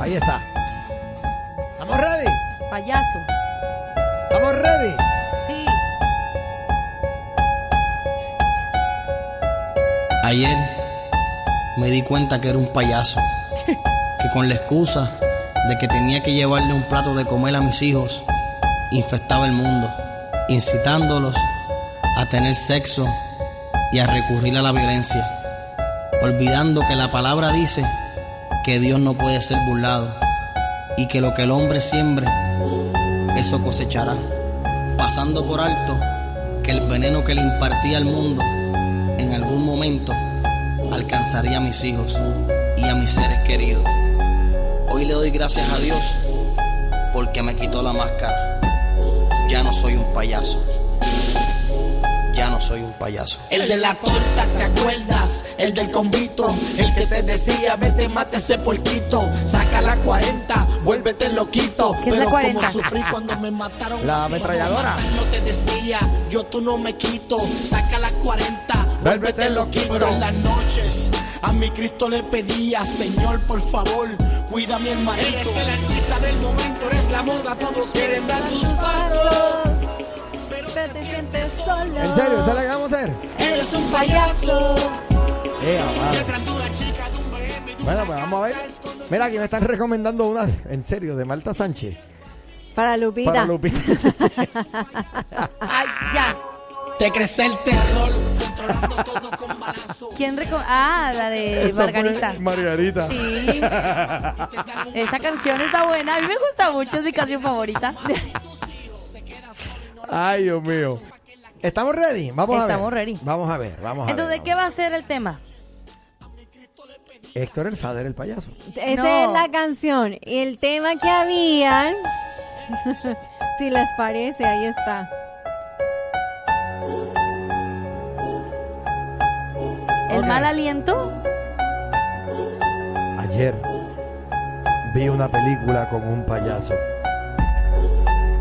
Ahí está. ¿Estamos ready? Payaso. ¿Estamos ready? Sí. Ayer me di cuenta que era un payaso, que con la excusa de que tenía que llevarle un plato de comer a mis hijos, infectaba el mundo, incitándolos a tener sexo y a recurrir a la violencia, olvidando que la palabra dice que Dios no puede ser burlado y que lo que el hombre siembre, eso cosechará, pasando por alto que el veneno que le impartía al mundo en algún momento alcanzaría a mis hijos y a mis seres queridos. Hoy le doy gracias a Dios porque me quitó la máscara. Ya no soy un payaso. Ya no soy un payaso. El de la torta, ¿te acuerdas? El del convito, el que te decía, vete, mate ese puerquito, saca la 40, vuélvete loquito. ¿Qué es la Pero como 40? sufrí cuando me mataron. La a ti, ametralladora. por matar No te decía, yo tú no me quito, saca la 40, Vuélvete vuélvete loquito. loquito. Pero en las noches a mi Cristo le pedía, Señor, por favor, cuida a mi hermanito. Eres el artista del momento, eres la moda, todos quieren dar sus pasos. Pero Pero te sientes solo. ¿En serio? ¿Esa es la que vamos a hacer? Eres un payaso. Ea, madre. Detrás de una chica, de un BM y de Eh, ah, Bueno, una pues vamos a ver. casa escondida. Mira, aquí me están recomendando una, en serio, de Marta Sánchez. Para Lupita. Ah. Para Lupita. Ay, ya. Te crece el terror, controlando todo con balazo. ¿Quién recom- Ah, la de Esa fue Margarita. Margarita. Sí. Esa canción está buena. A mí me gusta mucho, es mi canción favorita. Ay, Dios mío. ¿Estamos ready? Vamos Estamos a ver. ready. Vamos a ver, vamos a Entonces, ver. ¿qué va a ser el tema? Héctor el Fader, el payaso. Esa No. es la canción. Y el tema que habían. si les parece, ahí está. ¿El Ok. mal aliento? Ayer vi una película con un payaso.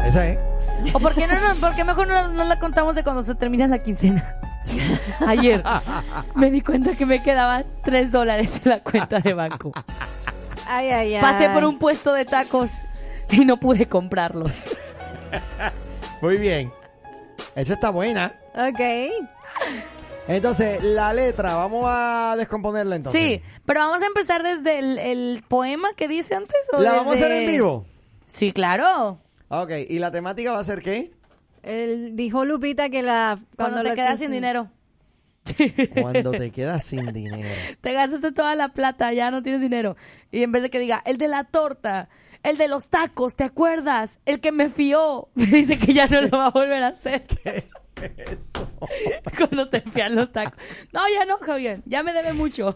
Esa es. ¿O por qué, no, no, por qué mejor no, no la contamos de cuando se termina la quincena? Ayer me di cuenta que me quedaban tres dólares en la cuenta de banco. Ay, ay, ay. Pasé por un puesto de tacos y no pude comprarlos. Muy bien. Esa está buena. Ok. Entonces, la letra, vamos a descomponerla entonces. Sí, pero vamos a empezar desde el, el poema que dice antes. ¿o ¿La vamos a desde- hacer en vivo? Sí, claro. Ok, ¿y la temática va a ser qué? Él dijo Lupita que la. Cuando, te la quedas quis- sin dinero. Cuando te quedas sin dinero. Te gastaste toda la plata, ya no tienes dinero. Y en vez de que diga, el de la torta, el de los tacos, ¿te acuerdas? El que me fió, me dice que ya no lo va a volver a hacer. Eso. Cuando te fían los tacos. No, ya no, Javier, ya me debe mucho.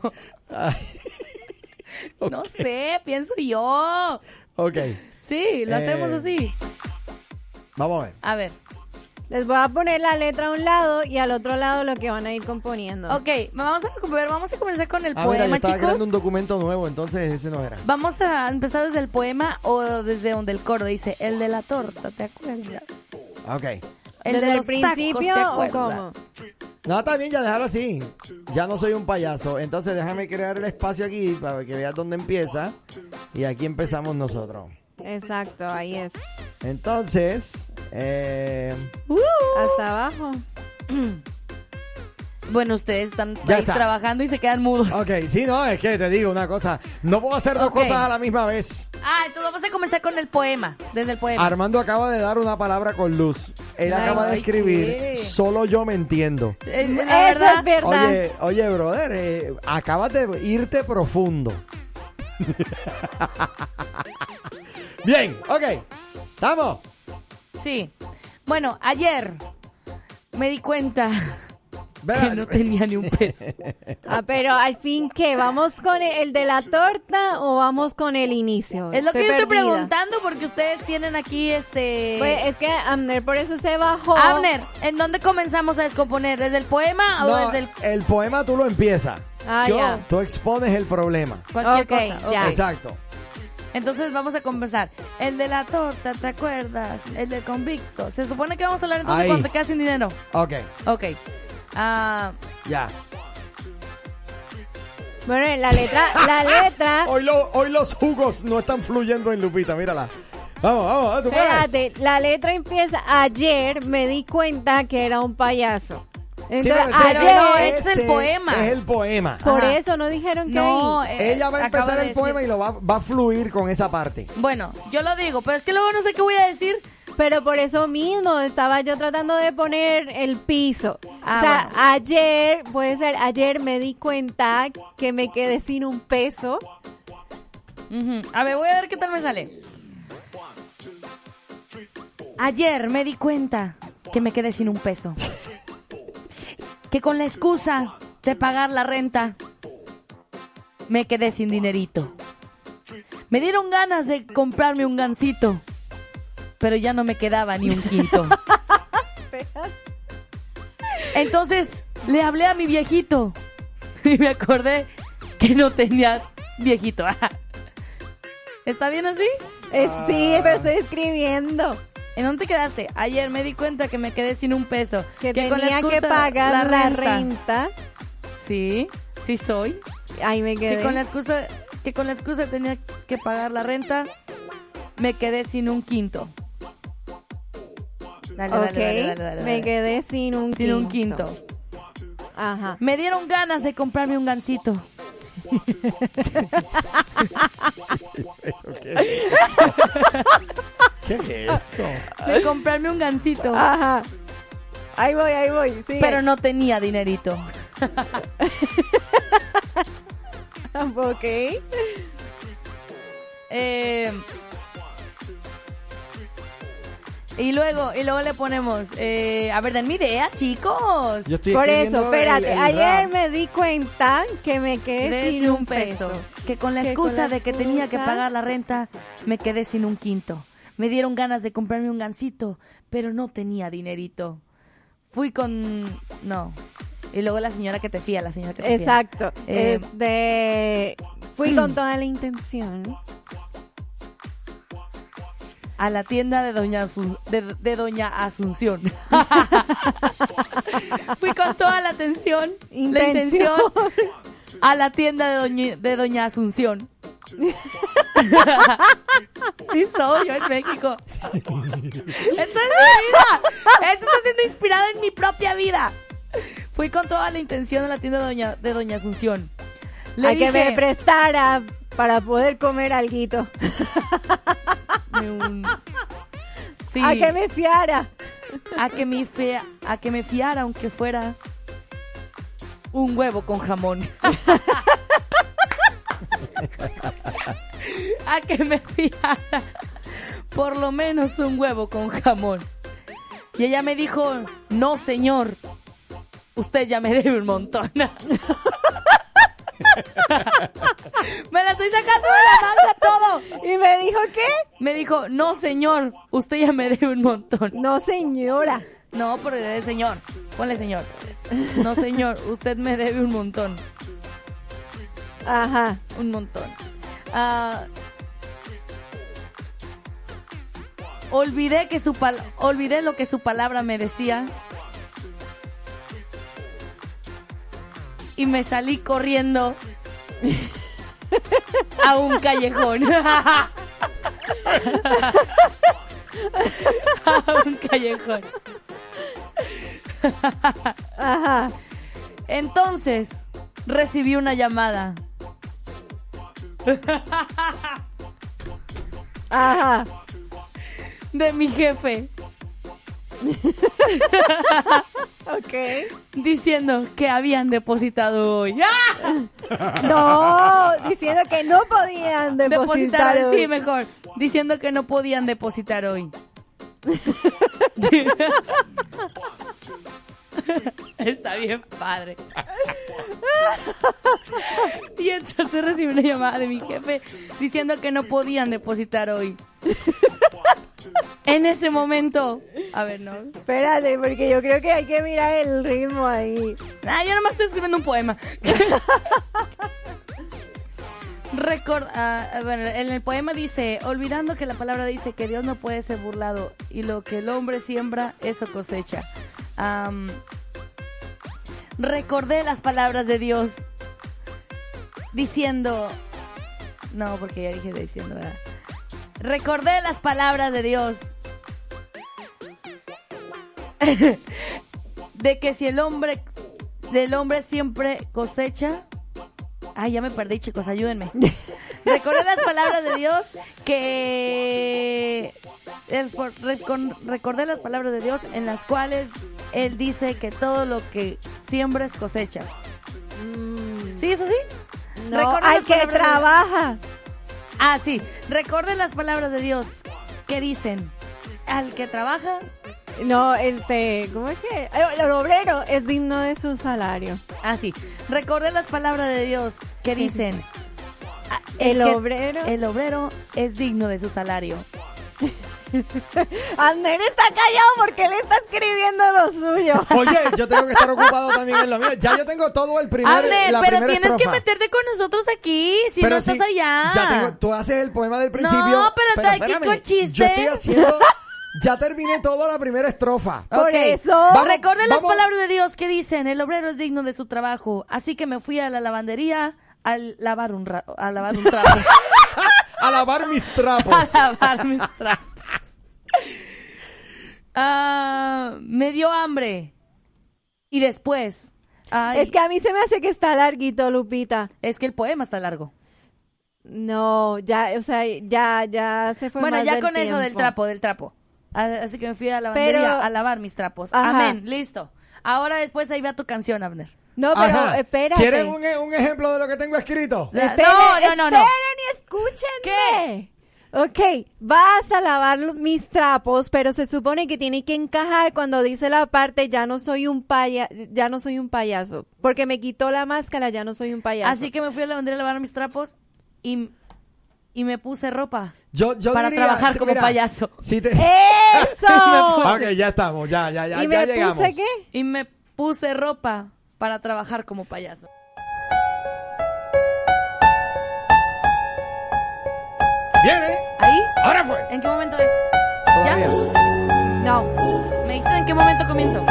No sé, pienso yo. Ok, Sí, lo hacemos Eh. así. vamos a ver. A ver. Les voy a poner la letra a un lado y al otro lado lo que van a ir componiendo. Ok, vamos a, ver, vamos a comenzar con el Ah, mira, yo poema, estaba creando un chicos. documento nuevo, entonces ese no era. Vamos a empezar desde el poema o desde donde el coro dice, el de la torta, ¿te acuerdas? Ok. El ¿Desde de el los principio tacos, ¿te o cómo? acuerdas? No, está bien, ya dejarlo así. Ya no soy un payaso. Entonces déjame crear el espacio aquí para que veas dónde empieza. Y aquí empezamos nosotros. Exacto, ahí es. Entonces, eh, Hasta abajo. Bueno, ustedes están Ya ahí está. trabajando y se quedan mudos. ok, sí, no, es que te digo una cosa. No puedo hacer dos Ok. cosas a la misma vez. Ah, entonces vamos a comenzar con el poema, desde el poema. Armando acaba de dar una palabra con luz. Él Ay, acaba de ay, escribir, qué. solo yo me entiendo. Eh, Eso la verdad, es verdad. Oye, oye, brother, eh, acabas de irte profundo. Bien, ok. ¿Estamos? sí. Bueno, ayer me di cuenta que no tenía ni un peso. Ah, pero al fin, ¿qué? ¿Vamos con el, el de la torta o vamos con el inicio? Es lo que yo estoy perdida. preguntando porque ustedes tienen aquí este... Pues es que Amner por eso se bajó. Abner, ¿en dónde comenzamos a descomponer? ¿Desde el poema o No, desde el... el poema tú lo empiezas. Ah, Yo- ya. Tú expones el problema. cualquier Ok, cosa? ya. Ok. Exacto. Entonces vamos a comenzar. El de la torta, ¿te acuerdas? El del convicto. Se supone que vamos a hablar entonces Ahí. cuando te quedas sin dinero. Ok, Ok. Ah, ya. Bueno, la letra, la letra. Ah, Hoy, lo- hoy los jugos no están fluyendo en Lupita, mírala. Vamos, vamos, tú puedes. Espérate, la letra empieza. Ayer me di cuenta que era un payaso. Sí, Entonces, pero- pero ayer, ah, no, es el ese poema. Es el poema. por Ajá. eso no dijeron que no, ahí. eh, Ella va a acabo empezar de el poema y decir- lo va, va a fluir con esa parte. Bueno, yo lo digo, pero es que luego no sé qué voy a decir. Pero por eso mismo estaba yo tratando de poner el piso. Ah, o sea, bueno. ayer, puede ser, ayer me di cuenta que me quedé sin un peso. Ujú. A ver, voy a ver qué tal me sale. Ayer me di cuenta que me quedé sin un peso. Que con la excusa de pagar la renta, me quedé sin dinerito. Me dieron ganas de comprarme un gansito, pero ya no me quedaba ni un quinto. Entonces le hablé a mi viejito y me acordé que no tenía viejito. ¿Está bien así? Eh, Ah. sí, pero estoy escribiendo. ¿En dónde te quedaste? Ayer me di cuenta que me quedé sin un peso. Que, con la tenía que excusa- pagar la renta. Sí, sí soy. Ahí me quedé. Que con la excusa que con la excusa tenía que pagar la renta, me quedé sin un quinto. Dale, dale, Ok, dale, dale, dale, me dale. quedé sin un sin quinto. un quinto. Ajá. Me dieron ganas de comprarme un gansito. ¿Qué es eso? De comprarme un gansito. Ajá. Ahí voy, ahí voy. sigue. Pero no tenía dinerito. Ok. Eh, y luego, y luego le ponemos, eh, a ver, denme idea, chicos. Yo estoy Por eso, escribiendo el- espérate. el Ayer rap. me di cuenta que me quedé Quedé sin un peso. Que con la Que excusa con la de que tenía que excusa- pagar la renta, me quedé sin un quinto. Me dieron ganas de comprarme un gansito, pero no tenía dinerito. Fui con... No. Y luego la señora que te fía, la señora que te fía. Exacto. Eh, mm. Este, fui con toda la intención. A la tienda de Doña, Asun- de, de Doña Asunción. Fui con toda la atención, la intención, Intención. a la tienda de Doña, de Doña Asunción. sí soy yo en México. Esto es mi vida. Esto está siendo inspirado en mi propia vida. Fui con toda la intención a la tienda de Doña, de Doña Asunción. Le a que me dije- prestara para poder comer alguito. un- Sí. A que me fiara. a que me fia- a que me fiara aunque fuera un huevo con jamón. a que me fiara por lo menos un huevo con jamón. Y ella me dijo, "No, señor. Usted ya me debe un montón." Me la estoy sacando de la manga todo. Y me dijo que Me dijo, no señor, usted ya me debe un montón. no, señora. No, porque es señor. Ponle señor. No, señor, usted me debe un montón. Ajá. Un montón. Ah, olvidé que su pal- olvidé lo que su palabra me decía. Y me salí corriendo a un callejón. a un callejón. Ajá. Entonces, recibí una llamada. Ajá. de mi jefe Ok. diciendo que habían depositado hoy. ¡Ah! No, diciendo que no podían depositar. Depositar hoy, sí, hoy. mejor. Diciendo que no podían depositar hoy. Está bien padre. Y entonces recibí una llamada de mi jefe diciendo que no podían depositar hoy. En ese momento. A ver, no. Espérate, porque yo creo que hay que mirar el ritmo ahí. Ah, yo nomás estoy escribiendo un poema. Record, ah, bueno, en el poema dice, olvidando que la palabra dice que Dios no puede ser burlado y lo que el hombre siembra, eso cosecha. Am, recordé las palabras de Dios diciendo, no, porque ya dije diciendo, ¿verdad? Recordé las palabras de Dios de que si el hombre, del hombre siempre cosecha, Ay, ya me perdí, chicos, ayúdenme. Recordé las palabras de Dios que... es por- recon- Recordé las palabras de Dios en las cuales Él dice que todo lo que siembres cosechas. Mm. ¿Sí es así? No, Recordé hay las que palabras de Dios. trabaja. Ah, sí. Recordé las palabras de Dios que dicen, al que trabaja... No, este, ¿cómo es que? El obrero es digno de su salario. Ah, sí. Recordé las palabras de Dios que dicen... "Ah, El que- obrero. El obrero es digno de su salario. Ander está callado porque él está escribiendo lo suyo. Oye, yo tengo que estar ocupado también en lo mío. Ya yo tengo todo el primer. Ander, la pero primera tienes que estrofa. meterte con nosotros aquí, si no sí, estás allá. Ya tengo, tú haces el poema del principio. pero te- espérame, ¿qué chiste? Yo estoy haciendo. Ya terminé toda la primera estrofa. Ok. Por eso- Vamos, Recuerden las vamos. palabras de Dios que dicen, el obrero es digno de su trabajo. Así que me fui a la lavandería a lavar un, ra- a lavar un trapo. A lavar mis a trapos. lavar mis trapos. Ah, me dio hambre. Y después... ay, Es que a mí se me hace que está larguito, Lupita. es que el poema está largo. No, ya, o sea, ya, ya se fue. Bueno, más ya del con eso del tiempo. trapo, del trapo. A- Así que me fui a la lavandería Pero- a lavar mis trapos. Ajá. Amén, listo. Ahora después ahí va tu canción, Abner. No, pero Ajá. espérate. ¿Quieren un, e- un ejemplo de lo que tengo escrito? La- Esperen, no, no, no, no. Esperen y escúchenme. Ok, vas a lavar mis trapos, pero se supone que tiene que encajar cuando dice la parte ya no soy un paya, ya no soy un payaso, porque me quitó la máscara, ya no soy un payaso. Así que me fui a la lavandería a lavar mis trapos y, y me puse ropa. Yo, yo Para diría, trabajar si- como mira, payaso. Eh, Si te... eso. Ok, ya estamos, ya, ya, ya, y ya me llegamos. puse qué? Y me puse ropa para trabajar como payaso. Viene, ¿Ahí? ahora fue. ¿En qué momento es? Todavía. No. ¿Me dicen en qué momento comienzo?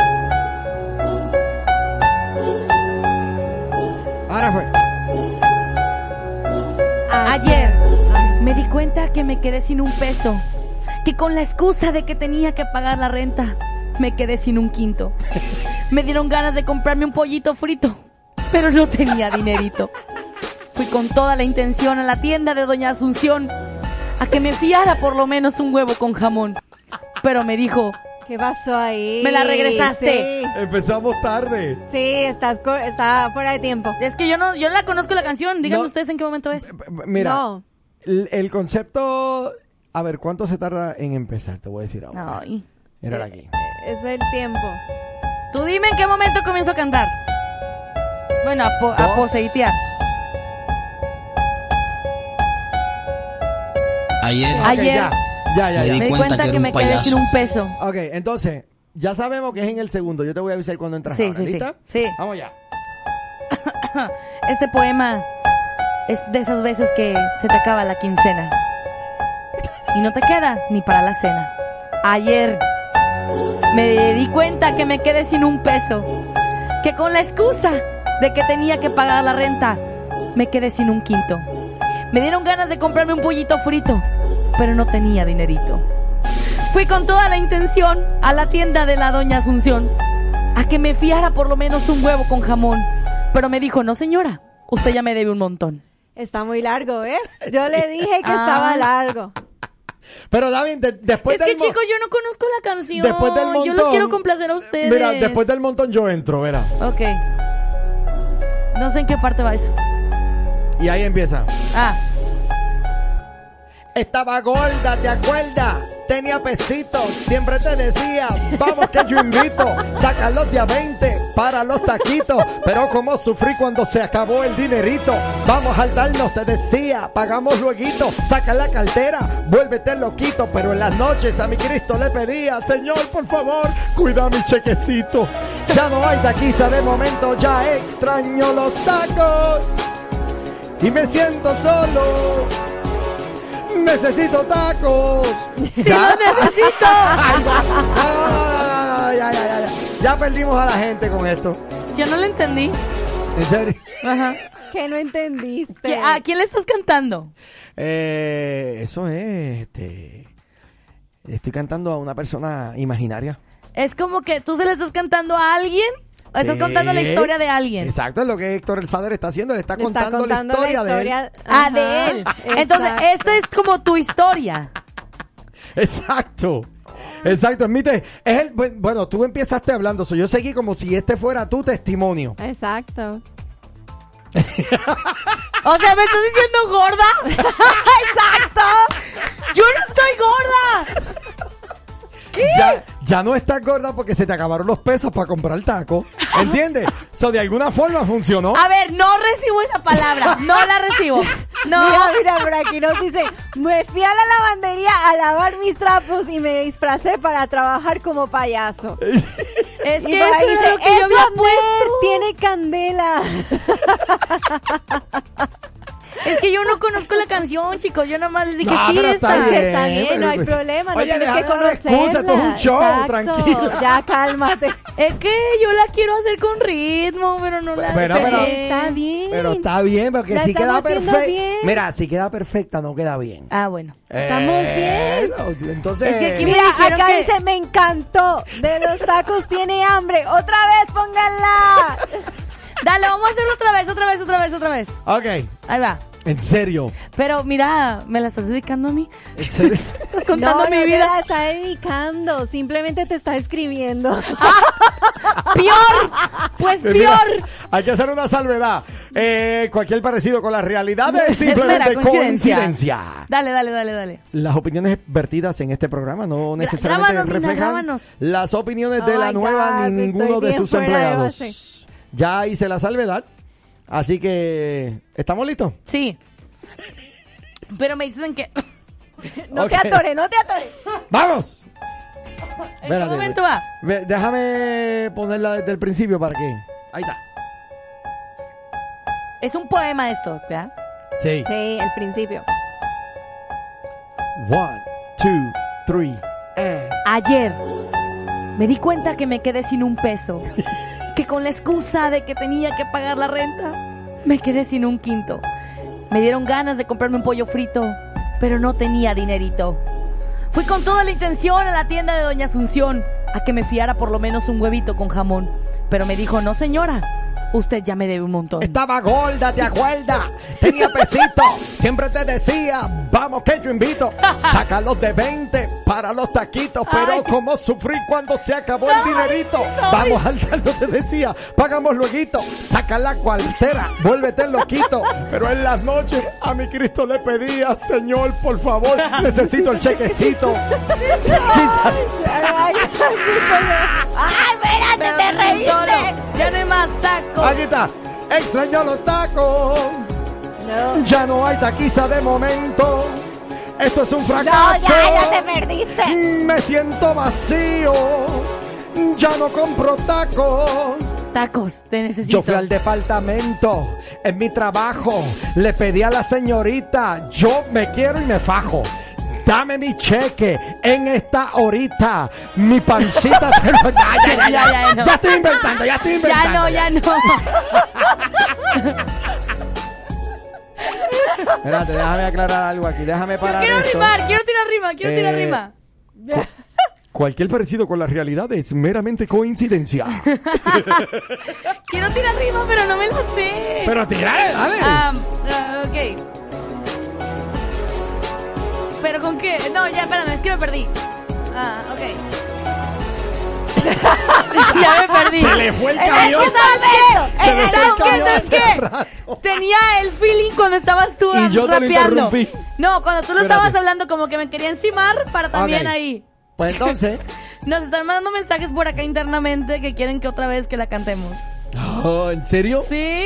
Ahora fue. Ah. Ayer me di cuenta que me quedé sin un peso, que con la excusa de que tenía que pagar la renta, me quedé sin un quinto. Me dieron ganas de comprarme un pollito frito, pero no tenía dinerito. Fui con toda la intención a la tienda de Doña Asunción a que me fiara por lo menos un huevo con jamón, pero me dijo, ¿Qué pasó ahí? Me la regresaste. Empezamos tarde. Sí, sí, estás co- está fuera de tiempo. es que yo no, yo no la conozco la canción, díganme No. ustedes en qué momento es. B- b- Mira, No. el, el concepto. A ver, ¿cuánto se tarda en empezar? Te voy a decir ahora. Ay. Mírala aquí. Es el tiempo. Tú dime en qué momento comienzo a cantar. Bueno, a, po- a Dos. poseitear. Ayer Ok, Ayer. ya, ya, ya. Me ya. Me di cuenta, que, era un me quedé payaso. sin un peso. Ok, entonces, ya sabemos que es en el segundo. Yo te voy a avisar cuando entras. Sí, ahora. sí, sí. ¿Lista? Sí. Vamos ya. Este poema es de esas veces que se te acaba la quincena. Y no te queda ni para la cena. Ayer me di cuenta que me quedé sin un peso. Que con la excusa de que tenía que pagar la renta, me quedé sin un quinto. Me dieron ganas de comprarme un pollito frito, pero no tenía dinerito. Fui con toda la intención a la tienda de la doña Asunción a que me fiara por lo menos un huevo con jamón. Pero me dijo, no señora, usted ya me debe un montón. Está muy largo, ¿ves? Yo le dije que Ah. estaba largo. Pero David, de- después es del que Pues mo- chicos, yo no conozco la canción. después del montón. yo los quiero complacer a ustedes. Mira, después del montón yo entro, verá. Ok. No sé en qué parte va eso. Y ahí empieza. Ah. Estaba gorda, ¿te acuerdas? Tenía pesitos, siempre te decía, vamos que yo invito, sácalos de a 20, para los taquitos. Pero como sufrí cuando se acabó el dinerito. Vamos al darnos, te decía, pagamos lueguito. Saca la cartera, vuélvete loquito. Pero en las noches a mi Cristo le pedía, Señor, por favor, cuida mi chequecito. Ya no hay taquiza de momento, ya extraño los tacos. Y me siento solo. Necesito tacos. Ya necesito. ya, ya, ya, ya. Ya perdimos a la gente con esto. Yo no lo entendí. En serio. Ajá. Que no entendiste. ¿Qui- ¿A quién le estás cantando? Eh, eso es, este. Estoy cantando a una persona imaginaria. Es como que tú se le estás cantando a alguien. o Estás Sí. contando la historia de alguien. Eh, Exacto, es lo que Héctor el Father está haciendo. Le está, Le está contando, la historia, de él. Ah, Ajá, de él. Entonces, exacto. esta es como tu historia. Exacto. Exacto, admite. Es el, bu- bueno, tú empezaste hablando. so yo seguí como si este fuera tu testimonio. Exacto. O sea, ¿me estás diciendo gorda? ¡Exacto! ¡Yo no estoy gorda! Ya, ya no estás gorda porque se te acabaron los pesos para comprar taco. ¿Entiendes? so, de alguna forma funcionó. A ver, no recibo esa palabra. No la recibo. No. Mira, mira, por aquí nos dice, me fui a la lavandería a lavar mis trapos y me disfracé para trabajar como payaso. Es Y que por eso ahí es dice, lo que yo "Eso, había Ner, puesto. tiene candela. Es que yo no conozco la canción, chicos. Yo nada más le dije, No, sí, pero está esta. Está bien, está bien, bien, no hay pues. problema, no Oye, tienes que deja de dar conocerla. excusas, esto es un show, tranquila. Ya, cálmate. Es que yo la quiero hacer con ritmo, pero no la Pero, sé. pero- está bien. Pero está bien, porque La si queda estamos haciendo perfecta. bien. Mira, si queda perfecta, no queda bien. Ah, bueno. Estamos bien. entonces. Es que aquí- Mira, Me dijeron acá que- dice, me encantó. De los tacos tiene hambre. Otra vez, pónganla. Dale, vamos a hacerlo otra vez, otra vez, otra vez, otra vez. Ok, Ahí va. en serio. Pero mira, me la estás dedicando a mí. En serio. Estás contando no, mi no te vida. la está dedicando. Simplemente te está escribiendo. ¡Peor! Pues Mira, peor. hay que hacer una salvedad. Eh, cualquier parecido con la realidad es simplemente mera coincidencia. Dale, dale, dale, dale. Las opiniones vertidas en este programa no necesariamente grábanos, Nina, reflejan grábanos. las opiniones de Oh la my nueva God, ni ninguno estoy de bien sus fuera de empleados. base. Ya hice la salvedad. Así que, ¿estamos listos? Sí. Pero me dicen que. No Ok. te atores, no te atores. ¡Vamos! ¿En qué Espérate, momento ve- va? ve- déjame ponerla desde el principio para que. Ahí está. Es un poema esto, ¿verdad? Sí. Sí, al principio. One, two, three. eh. and- Ayer me di cuenta que me quedé sin un peso. Que con la excusa de que tenía que pagar la renta, me quedé sin un quinto. Me dieron ganas de comprarme un pollo frito, pero no tenía dinerito. Fui con toda la intención a la tienda de Doña Asunción a que me fiara por lo menos un huevito con jamón. Pero me dijo, no señora, usted ya me debe un montón. Estaba gorda, ¿te acuerdas? Tenía pesito. Siempre te decía, vamos que yo invito. Sácalos de 20 para los taquitos. Pero como sufrí cuando se acabó el dinerito. Vamos al dardo, te decía, pagamos lueguito. Saca la cuartera, vuélvete loquito. Pero en las noches a mi Cristo le pedía, Señor, por favor, necesito el chequecito. Ay, Pero no solo, ¡Ya no hay más tacos! Aquí está, extraño los tacos. no. Ya no hay taquiza de momento. Esto es un No, fracaso. ya, ya te perdiste. Me siento vacío. Ya no compro tacos. Tacos, te necesito. Yo fui al departamento. En mi trabajo. Le pedí a la señorita. Yo me quiero y me fajo. Dame mi cheque en esta horita. Mi pancita te lo- Ya, ya, ya, ya. Ya, ya, no. Ya estoy inventando, ya estoy inventando. Ya no, ya no. Espérate, déjame aclarar algo aquí. Déjame Yo parar. quiero esto. rimar, quiero tirar rima, quiero tirar Eh, rima. Cualquier parecido con la realidad es meramente coincidencia. Quiero tirar rima, pero no me la sé. Pero tirale, dale. Ah, ah, ok. ¿Pero con qué? No, ya, espérame, es que me perdí. Ah, ok. ya me perdí. Se le fue el camión. Es que, ¿sabes qué? Se le Es que, fue el ¿sabes camión qué? ¿Sabes hace qué? rato. Tenía el feeling cuando estabas tú Y yo te lo rapeando. interrumpí. No, cuando tú lo Espérate. estabas hablando como que me quería encimar para también Ok. ahí. Pues entonces, Nos están mandando mensajes por acá internamente que quieren que otra vez que la cantemos. Oh, ¿En serio? Sí.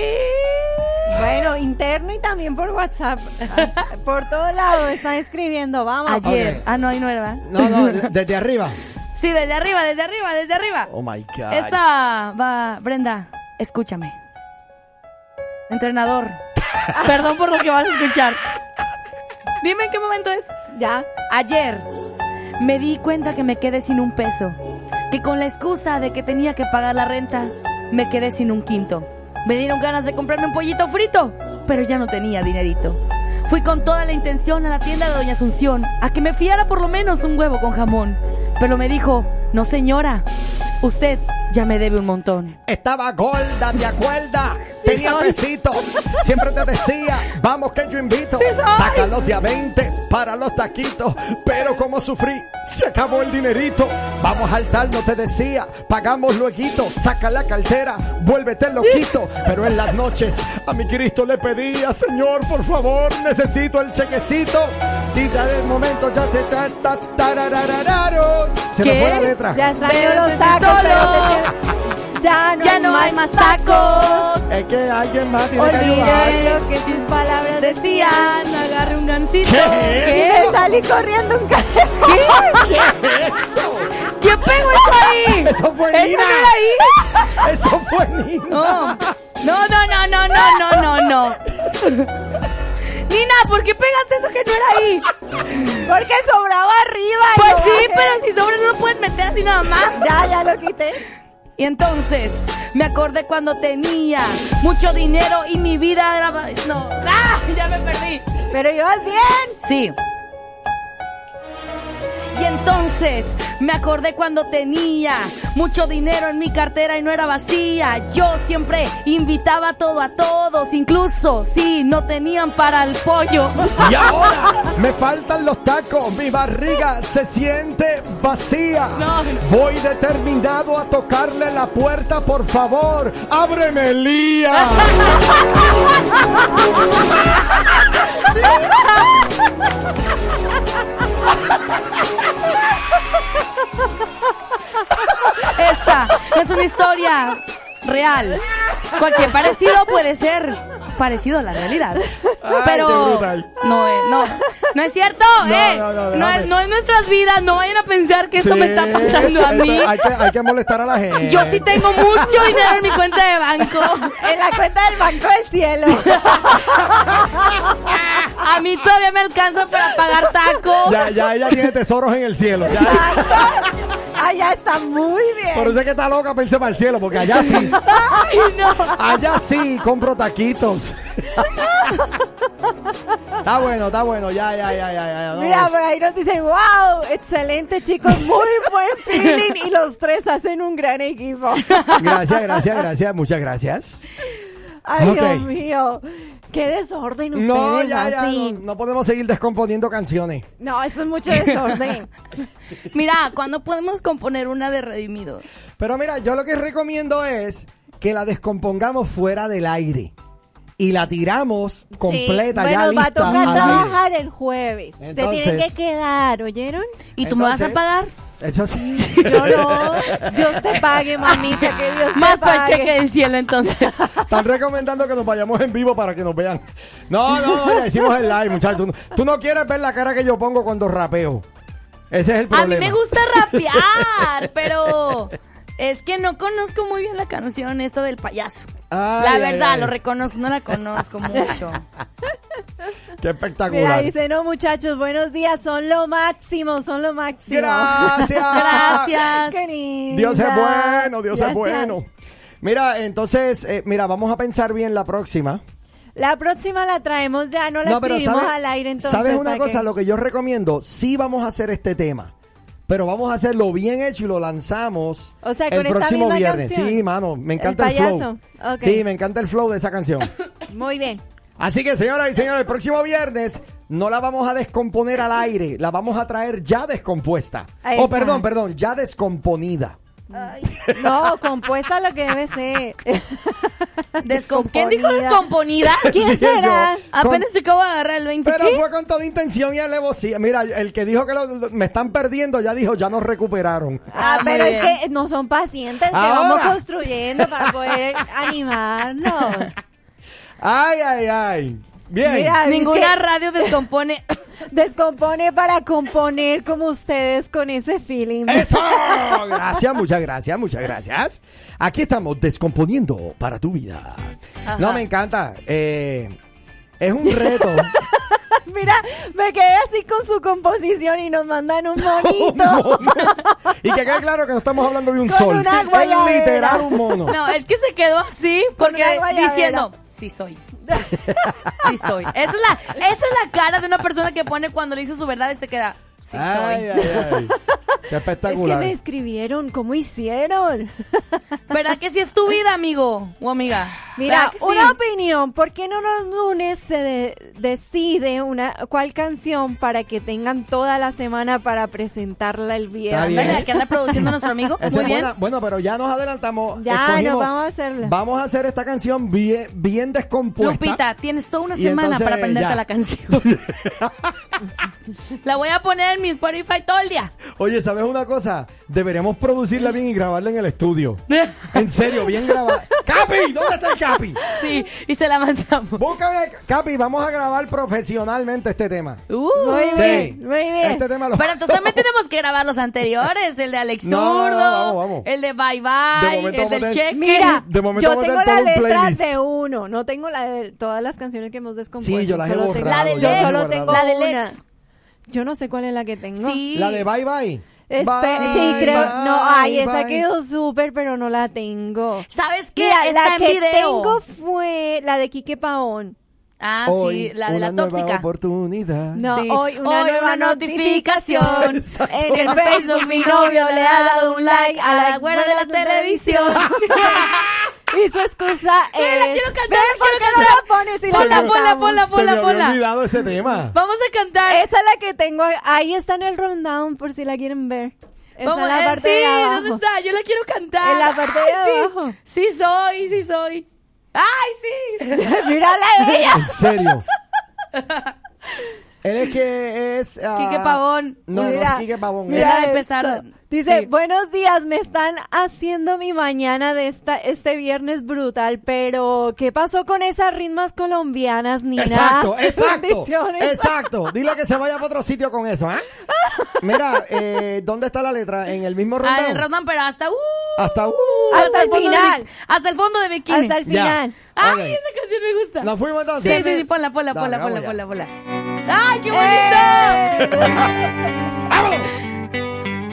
Bueno, interno y también por WhatsApp. Ah, Por todos lados están escribiendo, vamos. Ayer. Ok. Ah, no, ahí no era. ¿verdad? No, no, desde arriba. Sí, desde arriba, desde arriba, desde arriba. Oh my God. Esta va, Brenda, escúchame. Entrenador, perdón por lo que vas a escuchar. Dime en qué momento es. Ya. Ayer me di cuenta que me quedé sin un peso, que con la excusa de que tenía que pagar la renta, me quedé sin un quinto. Me dieron ganas de comprarme un pollito frito, pero ya no tenía dinerito. Fui con toda la intención a la tienda de Doña Asunción a que me fiara por lo menos un huevo con jamón, pero me dijo, no señora, usted ya me debe un montón. Estaba gorda, ¿te acuerdas? Tenía soy. pesito. Siempre te decía, vamos que yo invito. Saca los de a 20 para los taquitos. Pero como sufrí, se acabó el dinerito. Vamos al tal, no te decía, pagamos luego. Saca la cartera, vuélvete loquito. Pero en las noches a mi Cristo le pedía, Señor, por favor, necesito el chequecito. Y ya del momento ya te ta- ta- tarararararo. Se me ¿Qué? fue la letra. Ya extraño Pero los te tacos, solo. pero te- ya no, Ya no hay más tacos. Es que alguien más tiene que ayudar. Olvida lo que tus palabras Decían, decían. agarre un gancito. ¿Qué Y es me salí corriendo un café. eso? ¿Quién pegó eso ahí? Eso fue ¿Eso Nina. no era ahí? Eso fue Nina. No, no, no, no, no, no, no, no, no. Nina, ¿por qué pegaste eso que no era ahí? Porque sobraba arriba. y Pues lo sí, bajé. pero si sobra no lo puedes meter así nada más. Ya, ya lo quité. Y entonces me acordé cuando tenía mucho dinero y mi vida era... No, ¡ah! Ya me perdí. Pero ibas bien. Sí. Y entonces me acordé cuando tenía mucho dinero en mi cartera y no era vacía. Yo siempre invitaba todo a todos, incluso si no tenían para el pollo. Y ahora me faltan los tacos. Mi barriga se siente vacía. No. Voy determinado a tocarle la puerta, por favor. Ábreme, Lía. Esta es una historia real. Cualquier parecido puede ser parecido a la realidad. Ay, qué Pero brutal. no es, no, no es cierto, No, eh. no, no, es, déjame. no es nuestras vidas, no vayan a pensar que esto me está pasando a esto- mí. Hay que, hay que molestar a la gente. Yo sí tengo mucho dinero en mi cuenta de banco. En la cuenta del Banco del Cielo. A mí todavía me alcanza para pagar tacos. Ya, ya ella tiene tesoros en el cielo. Ya. Allá está muy bien. Por eso es que está loca para irse para el cielo, porque allá sí. Allá sí compro taquitos. está bueno, está bueno, ya, ya, ya, ya, ya. no, Mira, no. por ahí nos dicen, wow, excelente chicos, muy buen feeling y los tres hacen un gran equipo. Gracias, gracias, gracias, muchas gracias. Ay, Ok. Dios mío, qué desorden ustedes No, ya, ya, no, así. no podemos seguir descomponiendo canciones. no. eso es mucho desorden. Mira, ¿cuándo podemos componer una de redimidos? Pero mira, yo lo que recomiendo es que la descompongamos fuera del aire y la tiramos completa ya bueno, va a lista tocar al aire. trabajar el jueves. Se tienen Entonces- que quedar, ¿oyeron? ¿Y tú me vas a Entonces, pagar? Eso sí. Yo no. Dios te pague, mamita, que Dios te Más para el pague. cheque del cielo, entonces. Están recomendando que nos vayamos en vivo para que nos vean. No, no, no, ya hicimos el live, muchachos. Tú no quieres ver la cara que yo pongo cuando rapeo. Ese es el A problema. mí me gusta rapear, pero es que no conozco muy bien la canción esta del payaso. Ay, la ay, verdad, ay. lo reconozco, no la conozco mucho. Qué Mira, espectacular. dice, no, muchachos, buenos días, son lo máximo, son lo máximo. Gracias. Gracias. Qué linda. Dios es bueno, Dios es Gracias. bueno. Mira, entonces, eh, mira, vamos a pensar bien la próxima. La próxima la traemos ya, no la escribimos al aire entonces. ¿sabes una ¿para cosa? qué? Lo que yo recomiendo, sí vamos a hacer este tema, pero vamos a hacerlo bien hecho y lo lanzamos O sea, el con esta próximo misma viernes. canción. Sí, mano, me El encanta el, flow. payaso, ok. Sí, me encanta el flow de esa canción. Muy bien. Así que, señoras y señores, el próximo viernes no la vamos a descomponer al aire, la vamos a traer ya descompuesta. Ahí Oh, está. perdón, perdón, ya descomponida. No, compuesta lo que debe ser. Descom- ¿Quién dijo descomponida? ¿Quién Dije yo. será? Apenas te acabo de agarrar el 20. Pero ¿qué? fue con toda intención y alevosía. Mira, el que dijo que lo- lo- me están perdiendo ya dijo, ya nos recuperaron. Ah, Ah, muy pero es bien. que no son pacientes, que Ahora. vamos construyendo para poder animarnos. Ay, ay, ay. Bien. Mira, Ninguna ninguna radio descompone. descompone para componer como ustedes con ese feeling. ¡Eso! Gracias, muchas gracias, muchas gracias. Aquí estamos descomponiendo para tu vida. No, me encanta. Eh, es un reto. Mira, me quedé así con su composición y nos mandan un monito. y que quede claro que no estamos hablando de un Con sol. una guayabera. es literal un mono. No, es que se quedó así porque una guayabera. diciendo, sí soy. Sí soy. Esa es, la, esa es la cara de una persona que pone cuando le dice su verdad y se queda, sí ay, soy. ay, ay. Qué es que espectacular. me escribieron, ¿cómo hicieron? ¿Verdad que sí es tu vida, amigo o amiga? Mira, ¿Verdad que sí? una opinión, ¿por qué no los lunes se de- decide una cuál canción para que tengan toda la semana para presentarla el Está viernes? bien. Ándale, la que anda produciendo nuestro amigo. Esa Muy es bien. buena. Bueno, pero ya nos adelantamos. Ya, Escogimos- nos vamos a hacerla. Vamos a hacer esta canción bien, bien descompuesta. Lupita, tienes toda una Y semana entonces, para aprenderte ya. la canción. la voy a poner en mi Spotify todo el día. Oye, ¿sabes una cosa? Deberíamos producirla bien y grabarla en el estudio. En serio, bien grabada. ¡Capi! ¿Dónde está el Capi? Sí, y se la mandamos. Búscame, Capi, vamos a grabar profesionalmente este tema. Uh. Muy Sí. bien, muy bien. Este tema lo Pero entonces también tenemos que grabar los anteriores, el de Alex No, no, no, Zurdo, vamos, vamos. el de Bye De Bye, momento el del vamos a tener- Cheque. Mira, De momento yo vamos a tener tengo la todo un letra playlist. de uno, no tengo la de todas las canciones que hemos descompuesto. Sí, yo las he solo borrado, tengo- La del yo ex, solo borrado. tengo la del una. ex. Yo no sé cuál es la que tengo. Sí. La de Bye Bye. Espe- Bye, sí, creo. no, bye, ay, bye. esa quedó súper, pero no la tengo. ¿Sabes qué? Mira, Está la en que video. tengo fue la de Quique Paón. Ah, Hoy, sí, la de la una nueva tóxica. oportunidad. No, Sí. hoy una Hoy nueva una notificación. notificación. En el En Facebook mi novio le ha dado un like a la güera de la televisión. y su excusa es... Mira, la quiero cantar, Ve, la ¿por quiero qué no cantar. la pones y la Ponla, cantamos? ponla, ponla, Se me ponla, había ponla. olvidado ese tema. Vamos a cantar. Esa es la que tengo. Ahí está en el rundown por si la quieren ver. Está Vamos- en la eh, parte sí, de ¿dónde abajo. está? Yo la quiero cantar. En la parte Ay, de sí. abajo. Sí. soy, sí soy. ¡Ay, sí! Mírala a ella. En serio. Él es que es. ah, Quique Pavón. No, no, Mira, es Quique Pavón. mira. es- de esto. empezar. Dice, Sí. buenos días, me están haciendo mi mañana de esta, este viernes brutal, pero ¿qué pasó con esas ritmas colombianas, Nina? Exacto, exacto. Bendiciones. Exacto. Dile que se vaya para otro sitio con eso, ¿ah? Mira, eh, ¿dónde está la letra? En el mismo Ah, el rundown. Rodman, pero hasta... uh, Hasta uh, Hasta el fondo de final. bi- hasta el fondo de bikini. Hasta el Ya. final. ¡Ay, Ok. esa canción me gusta! Nos fuimos Sí, entonces. sí, sí, ponla, ponla, No, ponla, ponla, hagamos ponla, ya. ¡Eh! ponla. ¡Ay, qué bonito!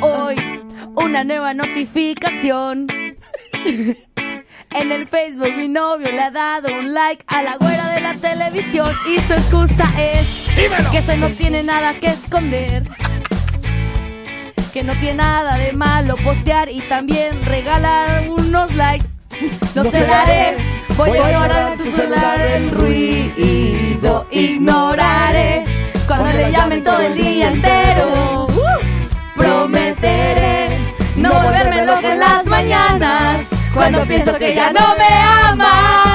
Hoy, una nueva notificación. En el Facebook mi novio le ha dado un like a la güera de la televisión y su excusa es que se no tiene nada que esconder. Que no tiene nada de malo postear y también regalar unos likes. No, No se se la haré, haré. voy, Voy a a ignorar ignorar su su celular celular, el el ruido, ruido, ignoraré. Cuando Cuando le la llamen todo el día entero, ¡uh! prometeré no volverme loca en las mañanas. Cuando pienso que ya no me ama.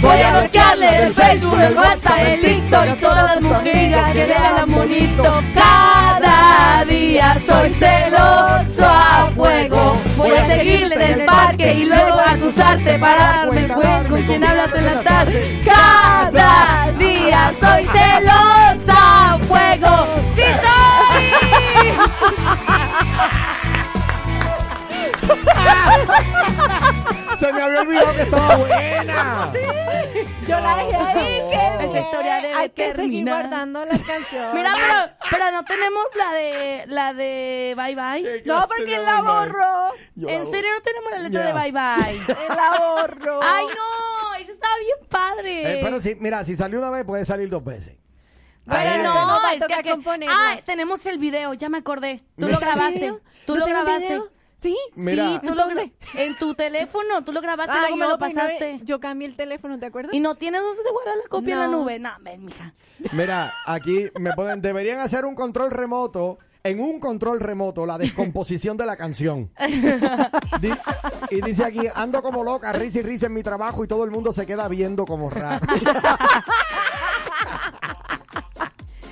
Voy a bloquearle el Facebook, el WhatsApp, el TikTok y todas las mujeres que le dan bonito. Cada día soy celoso a fuego. Voy a seguirle en el parque y luego acusarte para darme cuenta con quien hablas en la tarde. Cada día soy celosa a fuego. ¡Sí soy! Se me había olvidado que estaba buena. Yo la dejé ahí, que Esa historia debe Hay que seguir terminar. guardando las canciones. Mira, pero, pero no tenemos la de la de Bye Bye. no, porque él la borró. En serio no tenemos la letra de Bye Bye. Él la borró. Ay no, eso estaba bien Eh, padre. pero sí, mira, si salió una vez, puede salir dos veces. Pero Ahí no, está. va a es que, tocar que- componerla. ah, tenemos el video, ya me acordé. Tú ¿Me lo está grabaste, video? tú ¿No lo tengo un grabaste. video? Sí. Mira. Sí, tú lo gra- en tu teléfono, tú lo grabaste, Ay, luego me no, lo pues, no, pasaste. Yo cambié el teléfono, ¿te acuerdas? Y no tienes dónde guardar la copia en la No. nube. No, ven, mija. Mira, aquí me pueden, deberían hacer un control remoto en un control remoto la descomposición de la canción. Di- y dice aquí, ando como loca, risa y risa en mi trabajo y todo el mundo se queda viendo como raro.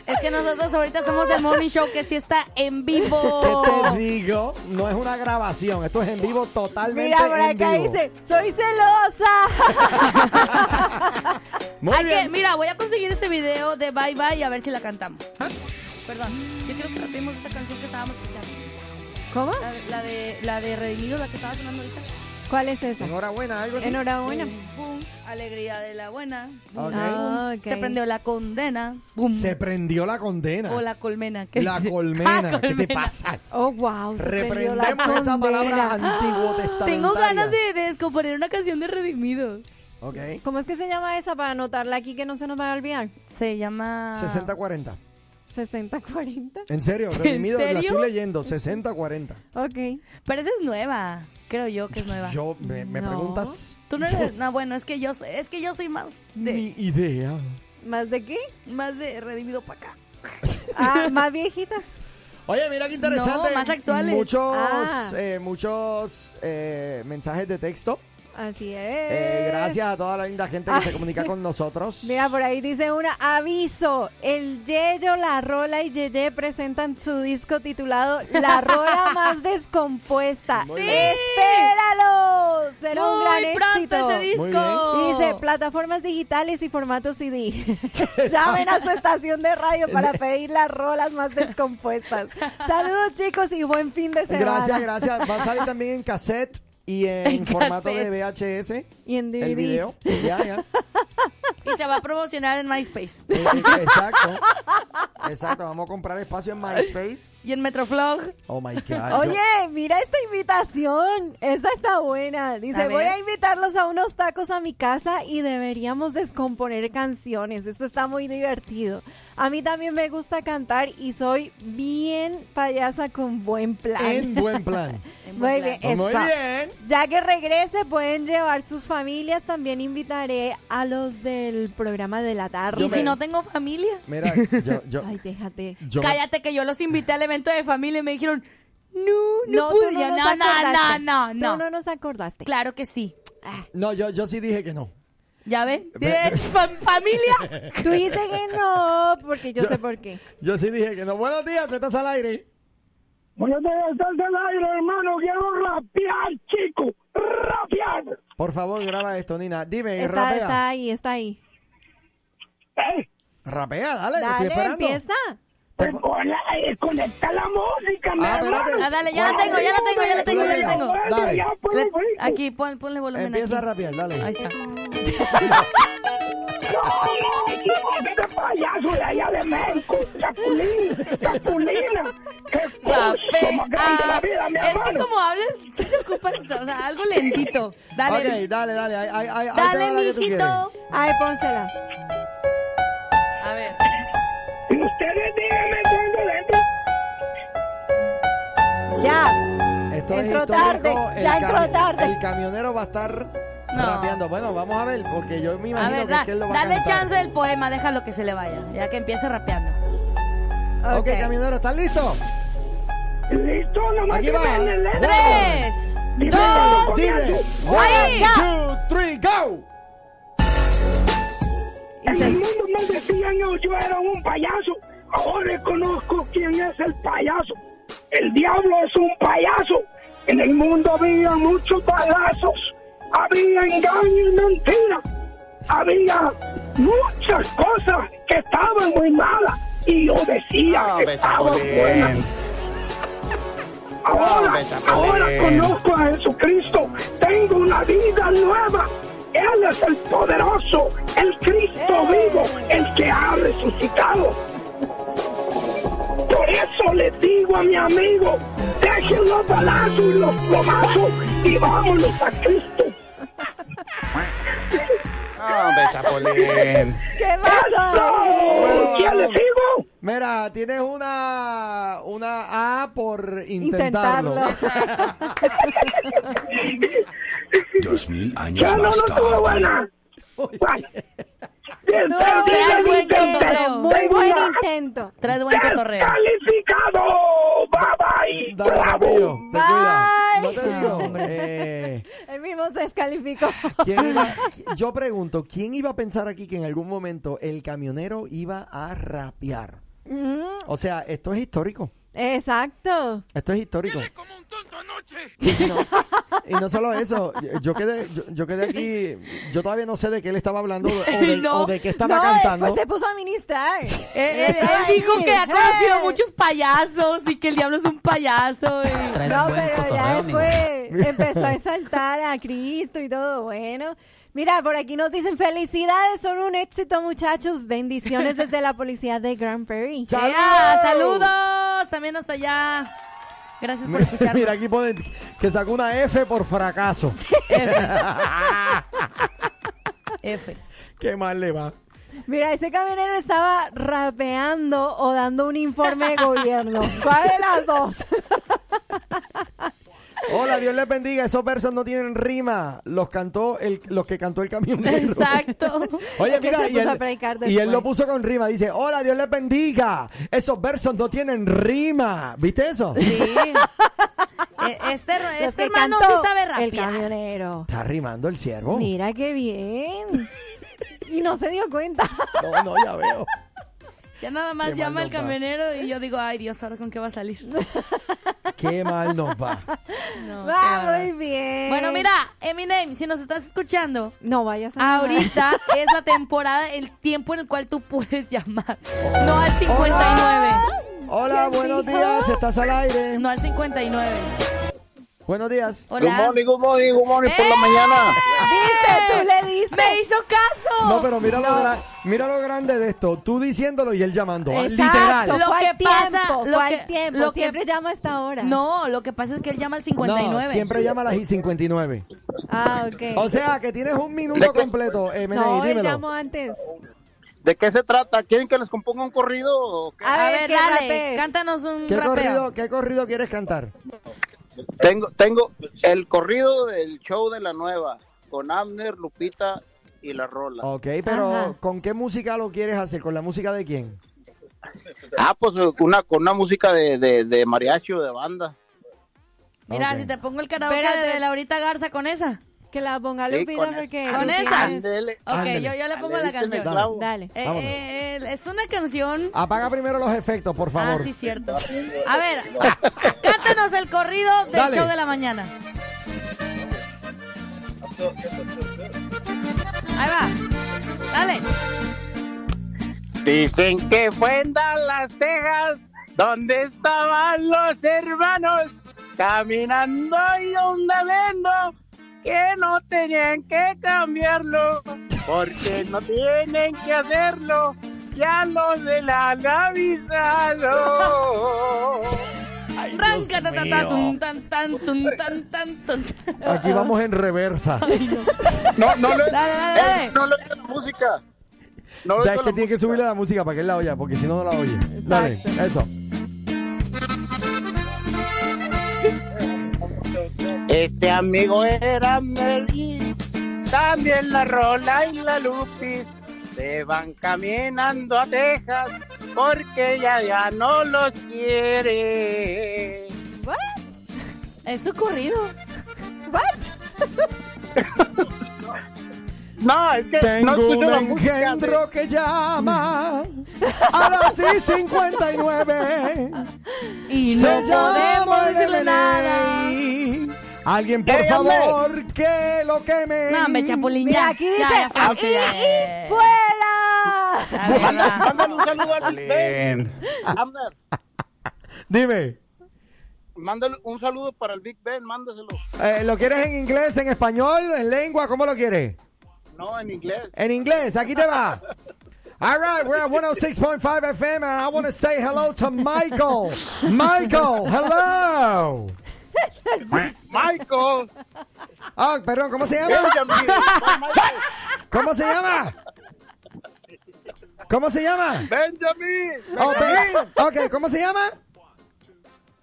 Es que nosotros ahorita somos el Morning Show que sí está en vivo. ¿Qué te digo? No es una grabación, esto es en vivo totalmente Mira, por en acá vivo. dice, soy celosa. Muy Hay que- bien. mira, voy a conseguir ese video de Bye Bye y a ver si la cantamos. ¿Ah? Perdón, yo creo que rompimos esta canción que estábamos escuchando. ¿Cómo? La, la de la de Redimido, la que estaba sonando ahorita. ¿Cuál es esa? Enhorabuena, algo así. Enhorabuena. Pum, pum, alegría de la buena. Ok. Ah, ok. Se prendió la condena. Boom. Se prendió la condena. O la colmena. ¿qué La dice? colmena. La ¿Qué te colmena. pasa? Oh, wow. se prendió la Reprendemos esa palabra condena. antiguo testamentaria. Tengo ganas de de descomponer una canción de Redimido. Ok. ¿Cómo es que se llama esa para anotarla aquí que no se nos va a olvidar? Se llama. 60-40. 60-40. En serio, ¿En redimido, la serio? estoy leyendo. 60-40. Ok. Pero esa es nueva. Creo yo que es nueva. Yo, me, me No. preguntas. Tú no eres. No, bueno, es que yo, soy- es que yo soy más de, Ni idea. ¿Más de qué? más de Redimido para acá. Ah, más viejitas. Oye, mira qué interesante. No, más actuales. Muchos, Ah. eh, muchos eh, mensajes de texto. Así es. Eh, gracias a toda la linda gente que se comunica con nosotros. Mira, por ahí dice una, aviso, el Yeyo, La Rola y Yeye presentan su disco titulado La Rola Más Descompuesta. Muy bien. ¡Espéralo! Será un Muy gran pronto éxito. ese Muy disco. bien. Dice, plataformas digitales y formato CD. Llamen a su estación de radio para pedir las rolas más descompuestas. Saludos chicos y buen fin de semana. Gracias, gracias. Va a salir también en cassette y en, En formato cassette. de VHS. Y en El video. DVDs. Ya, ya. Y se va a promocionar en MySpace. Eh, eh, Exacto. Exacto. Vamos a comprar espacio en MySpace. Y en Metroflog. Oh my God. Yo- Oye, mira esta invitación. Esta está buena. A Dice, ver. voy a invitarlos a unos tacos a mi casa y deberíamos descomponer canciones. Esto está muy divertido. A mí también me gusta cantar y soy bien payasa con buen plan. en buen plan. En buen Muy plan. bien, Muy esa. bien. Ya que regrese pueden llevar sus familias, también invitaré a los del programa de la tarde. Y si no tengo familia. Mira, yo, yo, Ay, déjate. yo- Cállate que yo los invité al evento de familia y me dijeron, no, no, tú pude. No, nos no, no, acordaste. no, no. Tú no nos acordaste. Claro que sí. No, yo, yo sí dije que no. ¿Ya ven? Ve- Eh, fam- familia. Tú dices que no, porque yo Yo- sé por qué. Yo sí dije que no. Buenos días, tú estás al aire. Buenos días, estás al aire, hermano. Quiero rapear, chico. Rapear. Por favor, graba esto, Nina. Dime, Está, rapea. está ahí, está ahí. ¿Eh? Rapea, dale, te estoy Dale, esperando. Ah, empieza. Te- Hola, eh, conecta la música, mi Ah, hermano. espérate. Ah, dale, ya la tengo, ya la tengo, ya la tengo, ya la tengo. Dale. Ya, pues, Le- pues, aquí, pon- ponle volumen Empieza a aquí. rapear, dale. Ahí está. No, Ah, no, equivócate de payaso de allá de México. Chapulín, chapulina. Qué cosa más grande la vida, mi Rapea. Es que hermano. como hablas, sí se ocupa, o sea, algo lentito. Dale. Ok, dale, dale. Ahí, ahí, ahí- ahí te Dale, va la que tú mijito. Ay, pónsela. A ver. Y ustedes díganme cuándo dentro. Ya. quieres. Esto es Entró histórico. tarde, El ya entró cami- tarde. El camionero va a estar No. rapeando. Bueno, vamos a ver, porque yo me A imagino ver, que, da- es que él lo va dale a cantar. chance del poema, déjalo que se le vaya, ya que empiece rapeando. Ok, Ok. camionero, ¿estás listo? Listo, nomás Aquí que va. ven el letra. Tres, Dime, dos, Dime. Ahí, One, two, three, go. Y En el se- mundo me decían que yo era un payaso. Ahora conozco quién es el payaso. El diablo es un payaso. En el mundo había muchos palazos. Había engaño y mentira. Había muchas cosas que estaban muy malas. Y yo decía Ah, que ve, estaban Chapulín. buenas. Ahora, Hombre, Chapulín. ahora conozco a Jesucristo. Tengo una vida nueva. Él es el poderoso, el Cristo vivo, el que ha resucitado. Por eso les digo a mi amigo, dejen los balazos y los plomazos y vámonos a Cristo. ¿Qué pasó? ¡Oh! ¿Quién les digo? Mira, tienes una, una A por intentarlo. Intentarlo. 2000 años Ya no más lo tuve tarde. buena. Ay, Bien, No, perdí, traes muy perdí, buen perdí. cotorreo. buen, muy Tengo buen una intento. Traes buen cotorreo. Descalificado. Bye bye. Dale, Bravo. Ramiro, te cuida. Bye. No te No, digo. hombre. eh, El mismo se descalificó. ¿quién iba- yo pregunto, ¿quién iba a pensar aquí que en algún momento el camionero iba a rapear? Mm, O sea, esto es histórico. Exacto. Esto es histórico. Y no, y no solo eso, yo- yo quedé, yo, yo quedé aquí, yo todavía no sé de qué él estaba hablando o de, No, o de qué estaba no, cantando. después se puso a ministrar. Él, él- él dijo que ha conocido muchos payasos y que el diablo es un payaso. y- Traes No, buen pero cotorreo, ya amigo. después empezó a exaltar a Cristo y todo. Bueno, mira, por aquí nos dicen felicidades, son un éxito, muchachos. Bendiciones desde la policía de Grand Prairie. ¡Saludos! ¡Ea! ¡Saludos! También hasta allá. Gracias por escucharnos. Mira, aquí ponen que sacó una F por fracaso. F. F. Qué mal le va. Mira, ese camionero estaba rapeando o dando un informe de gobierno. ¿Cuál de las dos? Hola, Dios les bendiga. Esos versos no tienen rima. Los cantó el, los que cantó el camionero. Exacto. Oye, Que mira, se y puso a él, predicar y él lo después. puso con rima. Dice, hola, Dios les bendiga. Esos versos no tienen rima. ¿Viste eso? Sí. E- Este, Los este que hermano sí cantó sabe El rapear. camionero. Está rimando el ciervo. Mira qué bien. Y no se dio cuenta. No, no, ya veo. Ya nada más Qué llama mal el nos va. camionero y yo digo, ay Dios, ahora con qué va a salir. Qué mal nos va. No, qué Va muy bárbaro. bien. bueno, mira, Eminem, si nos estás escuchando, No vayas a. ahorita es la temporada, el tiempo en el cual tú puedes llamar. No Oh. al 59. Hola, ¿Quién buenos dijo? días. Estás al aire. No al 59. Buenos días. Hola. Good morning, good morning, good morning por ¡Eh! la mañana. Viste, tú le diste. ¡Me hizo caso! No, pero mira, Lo, gra- mira lo grande de esto. Tú diciéndolo y él llamando. ¿ah? Exacto, Literal. Lo ¿cuál que pasa- tiempo? lo ¿Cuál que- tiempo? lo que- siempre llama a esta hora. No, lo que pasa es que él llama al 59. No, siempre llama a las y 59. Ah, ok. O sea, que tienes un minuto completo, eh, Menei, no, él dímelo. llamó antes. ¿De qué se trata? ¿Quieren que les componga un corrido o qué? A, A ver, ver, ¿qué dale, rapes? cántanos un ¿Qué rapeo. corrido, ¿Qué corrido quieres cantar? Tengo, tengo el corrido del show de la nueva con Amner, Lupita y la Rola. Ok, pero Ajá. ¿con qué música lo quieres hacer? ¿Con la música de quién? Ah, pues una con una música de, de, de mariachi o de banda. Mira, Ok. si te pongo el karaoke Espérate. de Laurita Garza con esa. Que la ponga Sí, Lupita con porque. esa. Con tú esa. tienes- Ándele. Ok, Ándale. yo, yo le pongo Ándele, la diste en el canción. clavo. Dale. Eh, Vámonos. eh, eh, es una canción. Apaga primero los efectos, por Ah, favor. sí, cierto. A ver, cántanos el corrido del Dale. show de la mañana. Ahí va. Dale. Dicen que fue en Dallas, Texas, donde estaban los hermanos, caminando y un vendo que no tenían que cambiarlo, porque no tienen que hacerlo, ya los de la han avisado. Ranca, ta, ta, ta, tun, tan, tan, tun, tan, tan, tun. Aquí vamos en reversa. No, no, no, Dale, dale, dale. no le oigo la música. No le Ya es oigo que la tiene que música. subirle la música para que él la oya, porque si no, no la oye. Dale, eso. Este amigo era Meli, también la Rola y la Lupi se van caminando a Texas porque ya ya no los quiere. Es su corrido. No, es que no Tengo escucho un la música. engendro que llama a las y 59. Y no Se podemos llama el decirle Belén. nada. Alguien, por Lléganme. favor, que lo queme. No, me chapulín, Mira, ya. aquí Ya, dice, ya, Franco, ya, ya, ya. ¡Fuera! A ver, va. Mándale un saludo a Big Ben. Amner, Dime, Mándale un saludo para el Big Ben, mándaselo. eh, ¿lo quieres en inglés, en español, en lengua? ¿Cómo lo quieres? No, en inglés. En inglés, aquí te va. All right, we're at 106.5 FM, and I want to say hello to Michael. Michael, hello. Michael. Ah, perdón, ¿cómo se llama? Benjamin. Michael. ¿Cómo se llama? ¿Cómo se llama? Benjamin. Oh, Benjamin. Ben- ok, ¿cómo se llama?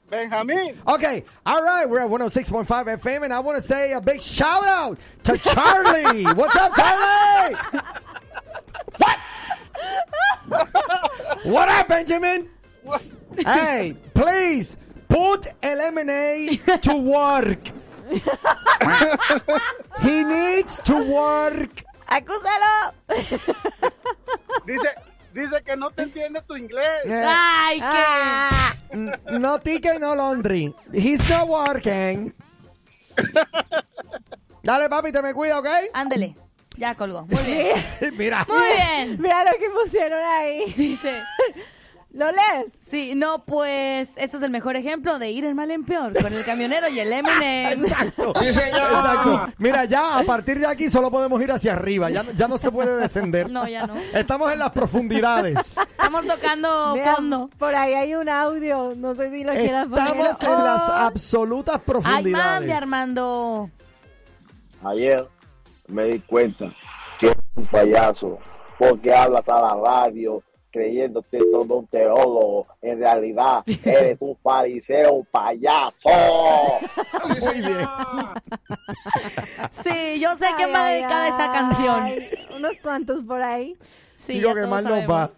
Benjamin. Okay, all right, we're at 106.5 FM, and I want to say a big shout out to Charlie. What's up, Charlie? what? What up, Benjamin? Hey, please put LMNA to work. he needs to work. ¡Acúsalo! Dice, dice que no te entiende tu inglés. Yeah. ¡Ay, qué! N- No ticket, no laundry. He's not working. Dale, papi, te me cuida, ¿ok? Ándele. Ya colgó. Muy bien. Mira. Muy bien. Mira lo que pusieron ahí. Dice. ¿Lo lees? Sí, no, pues este es el mejor ejemplo de ir en mal en peor con el camionero y el Eminem. Exacto. Exacto. Mira, ya a partir de aquí solo podemos ir hacia arriba. Ya, ya no se puede descender. No, ya no. Estamos en las profundidades. Estamos tocando Vean, fondo. Por ahí hay un audio. No sé si lo quieras poner. Estamos en las Oh, absolutas Ay, profundidades. mande, Armando. Ayer me di cuenta que es un payaso porque hablas a la radio creyéndote todo un teólogo. En realidad eres un fariseo payaso. Muy bien. Sí, yo sé ay, que va ay, dedicada esa canción. ay. Unos cuantos por ahí. Sí, Digo ya que todos mal nos va. sabemos.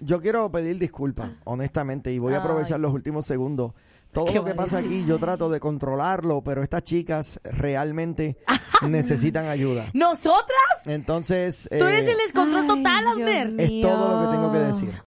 Yo quiero pedir disculpas, honestamente, y voy a aprovechar Ay. los últimos segundos. Todo Qué lo que pasa valiente. aquí yo trato de controlarlo, pero estas chicas realmente necesitan ayuda. ¿Nosotras? Entonces, Tú eh, eres el descontrol Ay, total, Dios Ander. mío. es todo lo que tengo que decir.